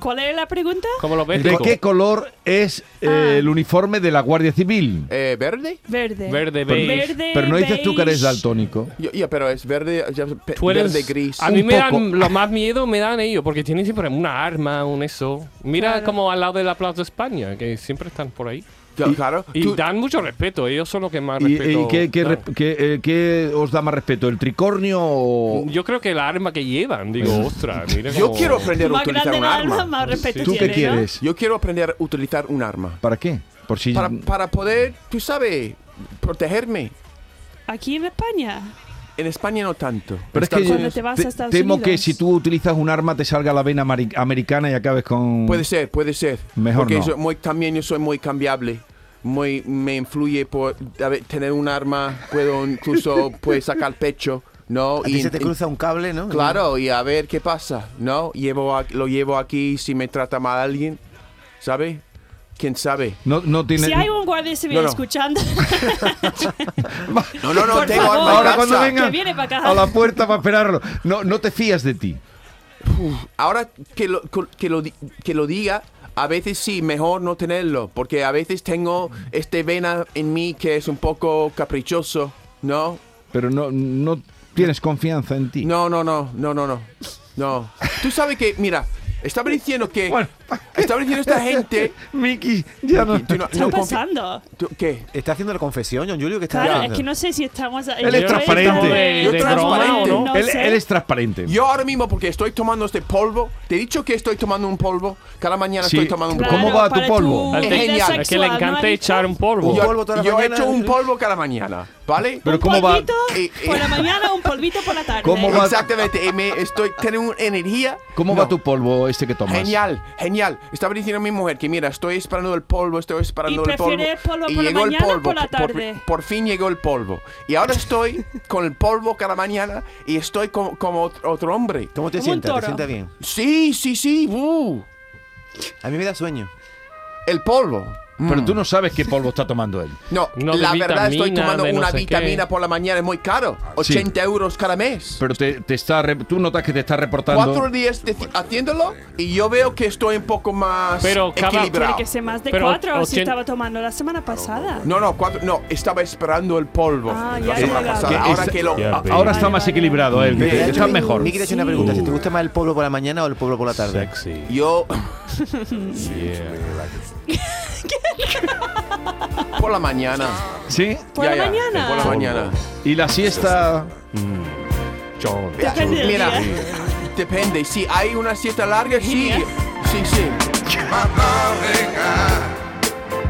Speaker 4: ¿Cuál era la pregunta?
Speaker 3: Como lo ves,
Speaker 1: ¿De qué color es eh,
Speaker 4: Ah.
Speaker 1: el uniforme de la Guardia Civil?
Speaker 2: eh, ¿Verde?
Speaker 4: Verde.
Speaker 3: Verde, beige.
Speaker 4: Verde,
Speaker 1: Pero no dices tú que eres
Speaker 4: beige.
Speaker 1: daltónico.
Speaker 2: Yo- ya, pero es verde, ya- pe-
Speaker 3: Tú eres-
Speaker 2: verde gris.
Speaker 3: A mí
Speaker 1: Un
Speaker 3: me
Speaker 1: poco.
Speaker 3: dan lo más miedo me dan ellos, porque tienen siempre una arma, un eso. Mira
Speaker 4: Claro.
Speaker 3: como al lado de la Plaza de España, que siempre están por ahí.
Speaker 2: Ya, claro.
Speaker 3: Y
Speaker 2: Tú-
Speaker 3: dan mucho respeto, ellos son los que más
Speaker 1: ¿Y,
Speaker 3: respeto.
Speaker 1: y qué, qué
Speaker 3: dan.
Speaker 1: rep- qué, eh, qué os da más respeto? ¿El tricornio o.?
Speaker 3: Yo creo que la arma que llevan, digo, ostras, mira
Speaker 2: yo
Speaker 3: cómo-
Speaker 2: quiero aprender a
Speaker 4: Más
Speaker 2: utilizar
Speaker 4: grande
Speaker 2: un
Speaker 4: la alma,
Speaker 2: arma.
Speaker 4: más respeto
Speaker 1: ¿Tú qué
Speaker 4: tiene, ¿no?
Speaker 1: quieres?
Speaker 2: Yo quiero aprender a utilizar un arma.
Speaker 1: ¿Para qué? Por si.
Speaker 2: Para, para poder, tú sabes, protegerme.
Speaker 4: Aquí en España.
Speaker 2: En España no tanto.
Speaker 1: Pero es que
Speaker 4: Cuando te vas a
Speaker 1: te-
Speaker 4: Estados
Speaker 1: temo que
Speaker 4: Unidos.
Speaker 1: si tú utilizas un arma te salga la vena amari- americana y acabes
Speaker 5: Mm.
Speaker 1: con.
Speaker 2: Puede ser, puede ser.
Speaker 1: Mejor
Speaker 2: Porque
Speaker 1: no.
Speaker 2: soy muy, también yo soy muy cambiable. Muy, me influye por a ver, tener un arma, puedo incluso puede sacar pecho, ¿no?
Speaker 5: A ti se te cruza un cable, ¿no?
Speaker 2: Claro, y a ver qué pasa, ¿no? Llevo a- lo llevo aquí si me trata mal alguien, ¿sabe? ¿Quién sabe?
Speaker 1: No, no tiene.
Speaker 4: Si hay un guardia civil
Speaker 2: No, no.
Speaker 4: escuchando,
Speaker 2: No, no, no,
Speaker 4: Por
Speaker 2: tengo
Speaker 4: favor.
Speaker 2: arma en
Speaker 1: Ahora
Speaker 2: casa.
Speaker 1: cuando venga
Speaker 4: que viene para acá.
Speaker 1: a la puerta para esperarlo. No, no te fías de ti.
Speaker 2: Ahora que lo, que, lo, di- que lo diga, a veces sí, mejor no tenerlo, porque a veces tengo este vena en mí que es un poco caprichoso, ¿no?
Speaker 1: Pero no, no tienes confianza en ti.
Speaker 2: No, no, no, no, no, no. No. Tú sabes que, mira, estaba diciendo que
Speaker 1: Bueno,
Speaker 2: Está diciendo esta gente.
Speaker 1: Miki, ya no.
Speaker 2: Tú no-
Speaker 4: ¿Qué
Speaker 2: no
Speaker 4: está
Speaker 2: confi-
Speaker 4: pasando?
Speaker 2: tú- ¿Qué?
Speaker 5: Está haciendo la confesión, John Julio, que está
Speaker 4: Claro,
Speaker 5: haciendo?
Speaker 4: es que no sé si estamos...
Speaker 1: Él es
Speaker 3: Yo
Speaker 1: transparente.
Speaker 3: estaba De,
Speaker 2: Yo
Speaker 3: de broma o
Speaker 2: transparente.
Speaker 3: no.
Speaker 4: No
Speaker 1: él,
Speaker 4: sé.
Speaker 1: él es transparente.
Speaker 2: Yo ahora mismo, porque estoy tomando este polvo, te he dicho que estoy tomando un polvo. Cada mañana
Speaker 1: Sí.
Speaker 2: estoy tomando un
Speaker 1: Claro.
Speaker 2: polvo.
Speaker 1: ¿Cómo va tu polvo?
Speaker 3: Al
Speaker 2: Es
Speaker 3: te-
Speaker 2: genial.
Speaker 3: Es que le encanta echar un polvo.
Speaker 5: Un
Speaker 2: Yo,
Speaker 5: polvo toda la
Speaker 2: yo he
Speaker 5: mañana.
Speaker 2: hecho un polvo cada mañana, ¿vale?
Speaker 1: Pero
Speaker 4: Pero
Speaker 1: ¿cómo va?
Speaker 2: Eh, eh.
Speaker 4: Por la mañana, un polvito por la tarde.
Speaker 1: ¿Cómo va?
Speaker 2: Exactamente, y me estoy teniendo una energía.
Speaker 1: ¿Cómo
Speaker 2: No.
Speaker 1: va tu polvo este que tomas?
Speaker 2: Genial, genial. Estaba diciendo a mi mujer que mira, estoy esperando el polvo, estoy esperando
Speaker 4: ¿Y
Speaker 2: el polvo.
Speaker 4: prefieres polvo por la mañana o por la tarde?
Speaker 2: Por, por fin llegó el polvo. Y ahora estoy con el polvo cada mañana y estoy como, como ot- otro hombre.
Speaker 5: ¿Cómo te
Speaker 4: Como un
Speaker 5: sientas? ¿Te
Speaker 4: toro.
Speaker 5: sientas bien?
Speaker 2: Sí, sí, sí. uh,
Speaker 5: A mí me da sueño.
Speaker 2: el polvo.
Speaker 1: Pero
Speaker 2: Mm.
Speaker 1: tú no sabes qué polvo está tomando él.
Speaker 2: No,
Speaker 3: No, de
Speaker 2: la verdad estoy
Speaker 3: vitamina,
Speaker 2: tomando
Speaker 3: de no
Speaker 2: una
Speaker 3: sé qué.
Speaker 2: vitamina por la mañana, es muy caro.
Speaker 1: Sí.
Speaker 2: 80 euros cada mes.
Speaker 1: Pero te, te está, re- tú notas que te está reportando.
Speaker 2: Cuatro días de- haciéndolo y yo veo que estoy un poco más
Speaker 3: Pero cada-
Speaker 2: equilibrado.
Speaker 3: Bravo.
Speaker 4: Tiene que ser más de
Speaker 3: Pero
Speaker 4: cuatro, si
Speaker 3: 80
Speaker 4: estaba tomando la semana pasada.
Speaker 2: No, no, cuatro, no, estaba esperando el polvo.
Speaker 4: Ah,
Speaker 2: la
Speaker 4: ya,
Speaker 2: semana
Speaker 4: ya, ya.
Speaker 2: pasada.
Speaker 4: Que
Speaker 2: Ahora
Speaker 1: está-
Speaker 2: que lo.
Speaker 3: Ya,
Speaker 1: A-
Speaker 3: ve.
Speaker 1: Ahora está
Speaker 4: Vale,
Speaker 1: más
Speaker 4: vale.
Speaker 1: equilibrado eh, él.
Speaker 5: Miki, te ha hecho
Speaker 1: Está
Speaker 5: mi-
Speaker 1: mejor.
Speaker 5: Miki te ha hecho una pregunta. ¿Si te gusta más el polvo por la mañana o el polvo por la tarde?
Speaker 3: Sexy.
Speaker 2: Yo, por la mañana.
Speaker 1: ¿Sí?
Speaker 4: Por
Speaker 2: Ya,
Speaker 4: la
Speaker 2: ya,
Speaker 4: mañana.
Speaker 2: Por la mañana.
Speaker 1: Y la siesta.
Speaker 2: Mm. Ya,
Speaker 4: Depende del
Speaker 2: Mira,
Speaker 4: día.
Speaker 2: depende. Si hay una siesta larga, sí. Sí, sí.
Speaker 6: My darling, I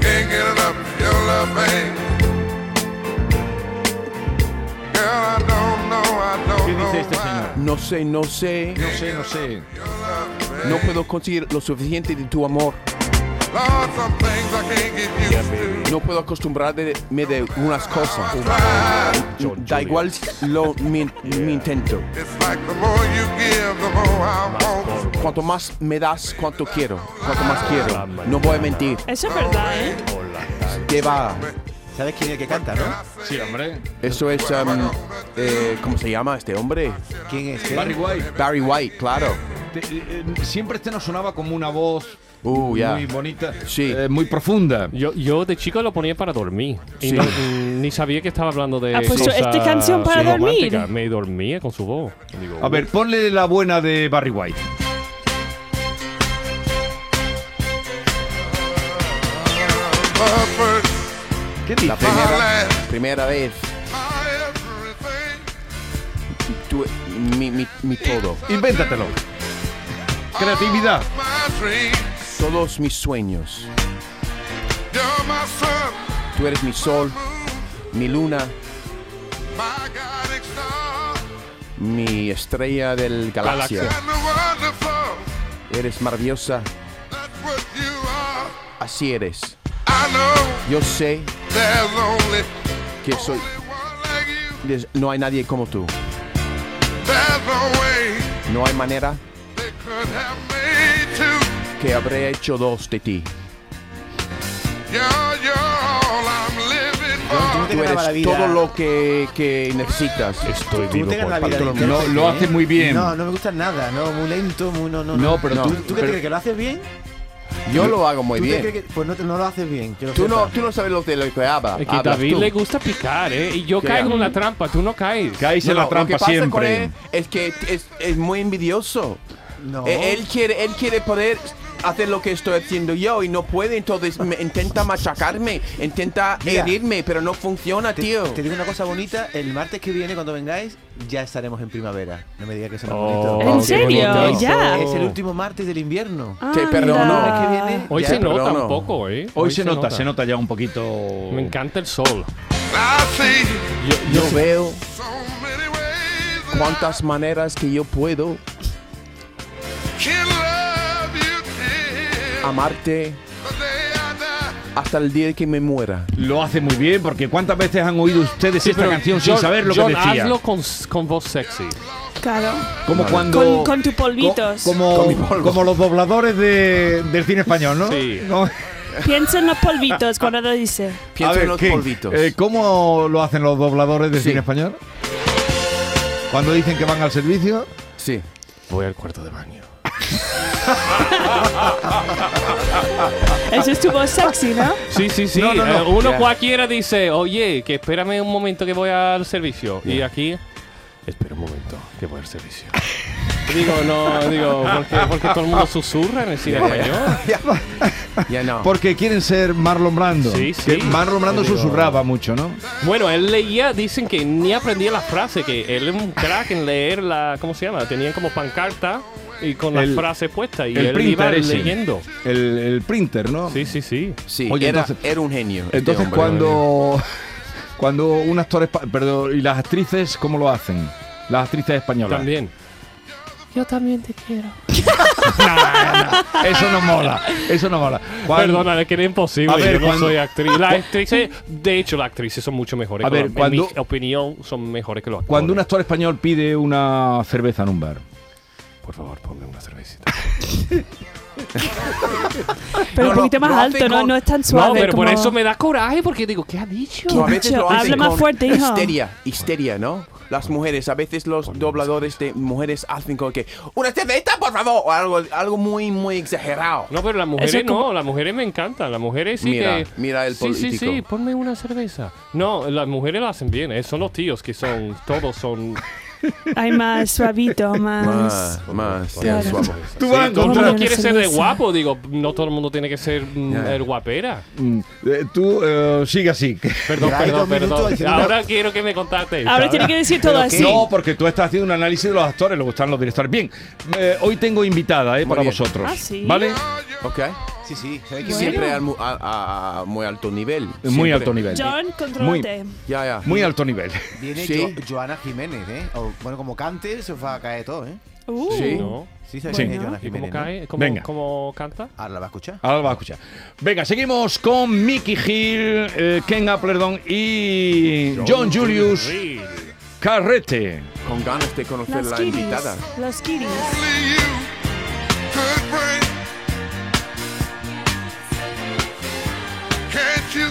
Speaker 6: can't get enough of your love, babe. Girl, I don't know, I don't know
Speaker 1: este
Speaker 6: why.
Speaker 2: No sé, no sé.
Speaker 1: Ah, No sé, no sé.
Speaker 2: No puedo conseguir lo suficiente de tu amor.
Speaker 6: Lord, some things I can't get used to.
Speaker 2: No puedo acostumbrarme de unas cosas.
Speaker 6: Try.
Speaker 2: Da igual lo mi, mi intento.
Speaker 6: It's like the more you give, the more I want.
Speaker 2: Cuanto más me das, cuanto quiero. Cuanto más quiero. No voy a mentir.
Speaker 4: Eso es verdad, ¿eh?
Speaker 2: Que va.
Speaker 5: ¿Sabes quién es el que canta, no?
Speaker 1: Sí, hombre.
Speaker 2: Eso es. um, eh, ¿Cómo se llama este hombre?
Speaker 5: ¿Quién es?
Speaker 1: Barry White.
Speaker 2: Barry White, claro.
Speaker 1: Te- eh, eh, siempre este nos sonaba como una voz
Speaker 2: Uh, ya.
Speaker 1: muy bonita,
Speaker 2: Sí.
Speaker 1: eh, muy profunda.
Speaker 3: Yo, yo de chico lo ponía para dormir. Y
Speaker 2: Sí.
Speaker 3: no- mm, ni sabía que estaba hablando de.
Speaker 4: Ah, pues,
Speaker 3: cosas
Speaker 4: ¿esta canción para dormir?
Speaker 3: románticas. Me dormía con su voz. Digo,
Speaker 1: A ver, ponle la buena de Barry White.
Speaker 6: But first,
Speaker 1: ¿Qué dice?
Speaker 2: La
Speaker 6: my
Speaker 2: primera,
Speaker 6: last,
Speaker 2: primera vez.
Speaker 6: my everything.
Speaker 2: Tú, mi, mi, mi todo.
Speaker 1: Invéntatelo. Creatividad.
Speaker 6: My dreams,
Speaker 2: Todos mis sueños.
Speaker 6: you're my sun,
Speaker 2: Tú eres mi sol, mi luna,
Speaker 6: my guiding star,
Speaker 2: mi estrella del galaxia.
Speaker 6: and the wonderful.
Speaker 2: Eres maravillosa.
Speaker 6: That's what you are.
Speaker 2: Así eres.
Speaker 6: I know
Speaker 2: Yo sé
Speaker 6: there's only
Speaker 2: que soy.
Speaker 6: one like you.
Speaker 2: des- No hay nadie como tú.
Speaker 6: There's no way
Speaker 2: No hay manera
Speaker 6: they could have made two.
Speaker 2: que habré hecho dos de ti.
Speaker 6: You're, you're all I'm living for.
Speaker 2: Tú
Speaker 5: ganaba la
Speaker 2: eres
Speaker 5: vida.
Speaker 2: todo lo que, que necesitas. Estoy
Speaker 5: Tú no te ganas la vida. de
Speaker 1: Lo,
Speaker 5: intérprete,
Speaker 1: lo
Speaker 5: ¿eh?
Speaker 1: hace muy bien.
Speaker 5: No, no me gusta nada. No, muy lento, muy... No, no,
Speaker 1: No, pero
Speaker 2: No.
Speaker 1: tú.
Speaker 5: ¿Tú qué te
Speaker 1: pero-
Speaker 5: crees? ¿Que lo haces bien?
Speaker 2: Yo lo hago muy
Speaker 5: ¿Tú te
Speaker 2: bien.
Speaker 5: crees que- Pues no, te- no lo haces bien. que lo
Speaker 2: Tú no,
Speaker 5: sepas.
Speaker 2: tú no sabes lo de lo que habla.
Speaker 3: Es que
Speaker 2: Ah, hablas
Speaker 3: David
Speaker 2: tú.
Speaker 3: le gusta picar, ¿eh? Y yo
Speaker 2: ¿Qué
Speaker 3: caigo en
Speaker 2: habla?
Speaker 3: la trampa, tú no caes.
Speaker 1: Caes
Speaker 2: No,
Speaker 1: en
Speaker 2: no,
Speaker 1: la trampa
Speaker 2: lo que pasa con
Speaker 1: siempre.
Speaker 2: él es que es, es muy envidioso.
Speaker 5: No.
Speaker 2: Eh, Él, quiere, él quiere poder hacer lo que estoy haciendo yo y no puede, entonces me- intenta machacarme, intenta
Speaker 5: Mira.
Speaker 2: herirme, pero no funciona,
Speaker 5: Te,
Speaker 2: tío.
Speaker 5: te digo una cosa bonita, el martes que viene cuando vengáis ya estaremos en primavera. No me digas que eso no
Speaker 3: Oh,
Speaker 5: es bonito.
Speaker 3: ¿En
Speaker 5: Qué
Speaker 4: serio?
Speaker 5: bonito.
Speaker 4: ¿Ya?
Speaker 5: Es el último martes del invierno.
Speaker 4: Ah,
Speaker 2: Te perdono.
Speaker 4: mira.
Speaker 5: El martes que viene
Speaker 3: Hoy
Speaker 2: Ya,
Speaker 3: se nota
Speaker 2: perdono.
Speaker 3: un poco, ¿eh?
Speaker 1: Hoy se nota, se nota ya un poquito.
Speaker 3: Me encanta el sol.
Speaker 6: I see
Speaker 3: Yo, yo
Speaker 2: Yo veo
Speaker 6: so many ways that
Speaker 2: cuántas maneras que yo puedo
Speaker 6: I can love you till
Speaker 2: Um. amarte
Speaker 6: the day I die.
Speaker 2: hasta el día que me muera.
Speaker 1: Lo hace muy bien, porque ¿cuántas veces han oído ustedes
Speaker 3: Sí,
Speaker 1: esta
Speaker 3: pero
Speaker 1: canción sin
Speaker 3: John-
Speaker 1: saber lo
Speaker 3: John,
Speaker 1: que decía?
Speaker 3: Hazlo con, con voz sexy.
Speaker 4: Claro.
Speaker 1: Como cuando.
Speaker 4: Con, con tus polvitos.
Speaker 1: co- como,
Speaker 2: Con mi polvo.
Speaker 1: como los dobladores de- del cine español, ¿no?
Speaker 3: Sí.
Speaker 1: No.
Speaker 4: Piensa en los polvitos cuando lo dice.
Speaker 2: Pienso
Speaker 1: A ver,
Speaker 2: en los
Speaker 1: ¿qué?
Speaker 2: polvitos.
Speaker 1: Eh, ¿Cómo lo hacen los dobladores de
Speaker 2: Sí.
Speaker 1: cine español? Cuando dicen que van al servicio.
Speaker 2: sí.
Speaker 3: Voy al cuarto de baño.
Speaker 4: Eso estuvo sexy, ¿no?
Speaker 3: Sí, sí, sí.
Speaker 1: No, no, no.
Speaker 3: Eh, uno
Speaker 1: Ya.
Speaker 3: cualquiera dice, oye, que espérame un momento que voy al servicio. Y aquí, espera un momento que voy al servicio. Digo, no, digo, porque, porque todo el mundo susurra en el cine español.
Speaker 2: Ya no.
Speaker 1: Porque quieren ser Marlon Brando.
Speaker 3: Ah. Sí, sí.
Speaker 1: Que Marlon Brando susurraba mucho, ¿no?
Speaker 3: Bueno, él leía, dicen que ni aprendía la frase, que él es un crack en leer la, ¿cómo se llama? Tenían como pancarta y con la
Speaker 1: El-
Speaker 3: frase puesta y
Speaker 1: el
Speaker 3: él iba
Speaker 1: printer ese.
Speaker 3: leyendo.
Speaker 1: El, el printer, ¿no?
Speaker 3: Sí, sí, sí.
Speaker 2: Sí,
Speaker 1: Oye,
Speaker 2: era,
Speaker 1: entonces-
Speaker 2: era un genio. este
Speaker 1: Entonces
Speaker 2: hombre.
Speaker 1: cuando cuando un actor espa- perdón, y las actrices cómo lo hacen? Las actrices españolas.
Speaker 3: También. Yo también te quiero.
Speaker 1: Eso no mola. Eso no mola. Cuando-
Speaker 3: Perdona, es que era imposible.
Speaker 1: A ver,
Speaker 3: yo no
Speaker 1: cuando-
Speaker 3: soy actriz. Las actrices, de hecho, las actrices son mucho mejores.
Speaker 1: A
Speaker 3: que
Speaker 1: ver,
Speaker 3: los-
Speaker 1: cuando-
Speaker 3: en mi opinión, son mejores que los actores.
Speaker 1: Cuando un actor español pide una cerveza en un bar.
Speaker 3: Por favor, ponme una cervecita.
Speaker 2: No,
Speaker 4: Pero un
Speaker 2: lo-
Speaker 4: poquito más
Speaker 2: lo hace
Speaker 4: alto, ¿no?
Speaker 2: con-
Speaker 4: No es tan
Speaker 3: No,
Speaker 4: suave.
Speaker 3: pero por
Speaker 4: como-
Speaker 3: eso me da coraje, porque digo, ¿qué ha dicho?
Speaker 2: No, a veces
Speaker 4: Dicho,
Speaker 2: lo hacen
Speaker 4: habla más
Speaker 2: con
Speaker 4: fuerte, hijo.
Speaker 2: Histeria, histeria, ¿no? Las mujeres, a veces los dobladores de mujeres hacen como que una cerveza, por favor, o algo, algo muy, muy exagerado.
Speaker 3: No, pero las mujeres
Speaker 4: Eso es como-
Speaker 3: no, las mujeres me encantan, las mujeres sí
Speaker 2: Mira,
Speaker 3: que...
Speaker 2: mira el
Speaker 3: sí, Sí, sí,
Speaker 2: político.
Speaker 3: ponme una cerveza. No, las mujeres lo hacen bien, eh, son los tíos que son, todos son...
Speaker 4: Hay más suavito, más.
Speaker 2: Más, más,
Speaker 4: Claro.
Speaker 2: ya, suave.
Speaker 1: Tú vas a
Speaker 3: Todo el
Speaker 4: Ponme
Speaker 3: mundo
Speaker 4: una
Speaker 3: quiere ser de
Speaker 4: cerveza.
Speaker 3: guapo, digo, no todo el mundo tiene que ser mm,
Speaker 2: Ya.
Speaker 3: el guapera.
Speaker 1: Mm, eh, tú eh, sigue así.
Speaker 3: Perdón,
Speaker 5: Lleváis
Speaker 3: perdón,
Speaker 5: dos minutos
Speaker 3: perdón.
Speaker 5: diciendo-
Speaker 3: Ahora quiero que me contaste.
Speaker 4: Ahora tiene que decir todo así.
Speaker 1: No, porque tú estás haciendo un análisis de los actores, luego están los directores. Bien, eh, hoy tengo invitada eh, para
Speaker 2: bien.
Speaker 1: vosotros.
Speaker 4: Ah, sí.
Speaker 1: ¿Vale?
Speaker 2: Ok.
Speaker 5: Sí, sí. ¿sabéis quién
Speaker 2: Siempre al mu- a, a- a muy alto nivel.
Speaker 1: Eh, Muy
Speaker 2: siempre.
Speaker 1: alto nivel.
Speaker 4: John, contrólate.
Speaker 2: Ya, ya.
Speaker 1: Muy alto nivel.
Speaker 5: Viene
Speaker 2: Sí.
Speaker 5: Jo- Joana Jiménez, ¿eh? O, bueno, como cante, se va a caer todo, ¿eh?
Speaker 4: Uh.
Speaker 2: Sí.
Speaker 3: ¿No?
Speaker 5: Sí, ¿sabéis
Speaker 4: Sí.
Speaker 5: quién es
Speaker 3: ¿Y
Speaker 5: Joana
Speaker 3: cómo
Speaker 5: Jiménez? no?
Speaker 3: cae? ¿Cómo,
Speaker 1: Venga.
Speaker 3: cómo canta?
Speaker 5: Ahora la va a escuchar.
Speaker 1: Ahora lo vas a escuchar. Venga, seguimos con Mickey Hill, eh, Ken Applerdon y John Julius Carrete.
Speaker 2: Con ganas de conocer
Speaker 4: Los
Speaker 2: la
Speaker 4: kitties.
Speaker 2: invitada.
Speaker 4: Los kitties.
Speaker 6: Only you could bring. Can't you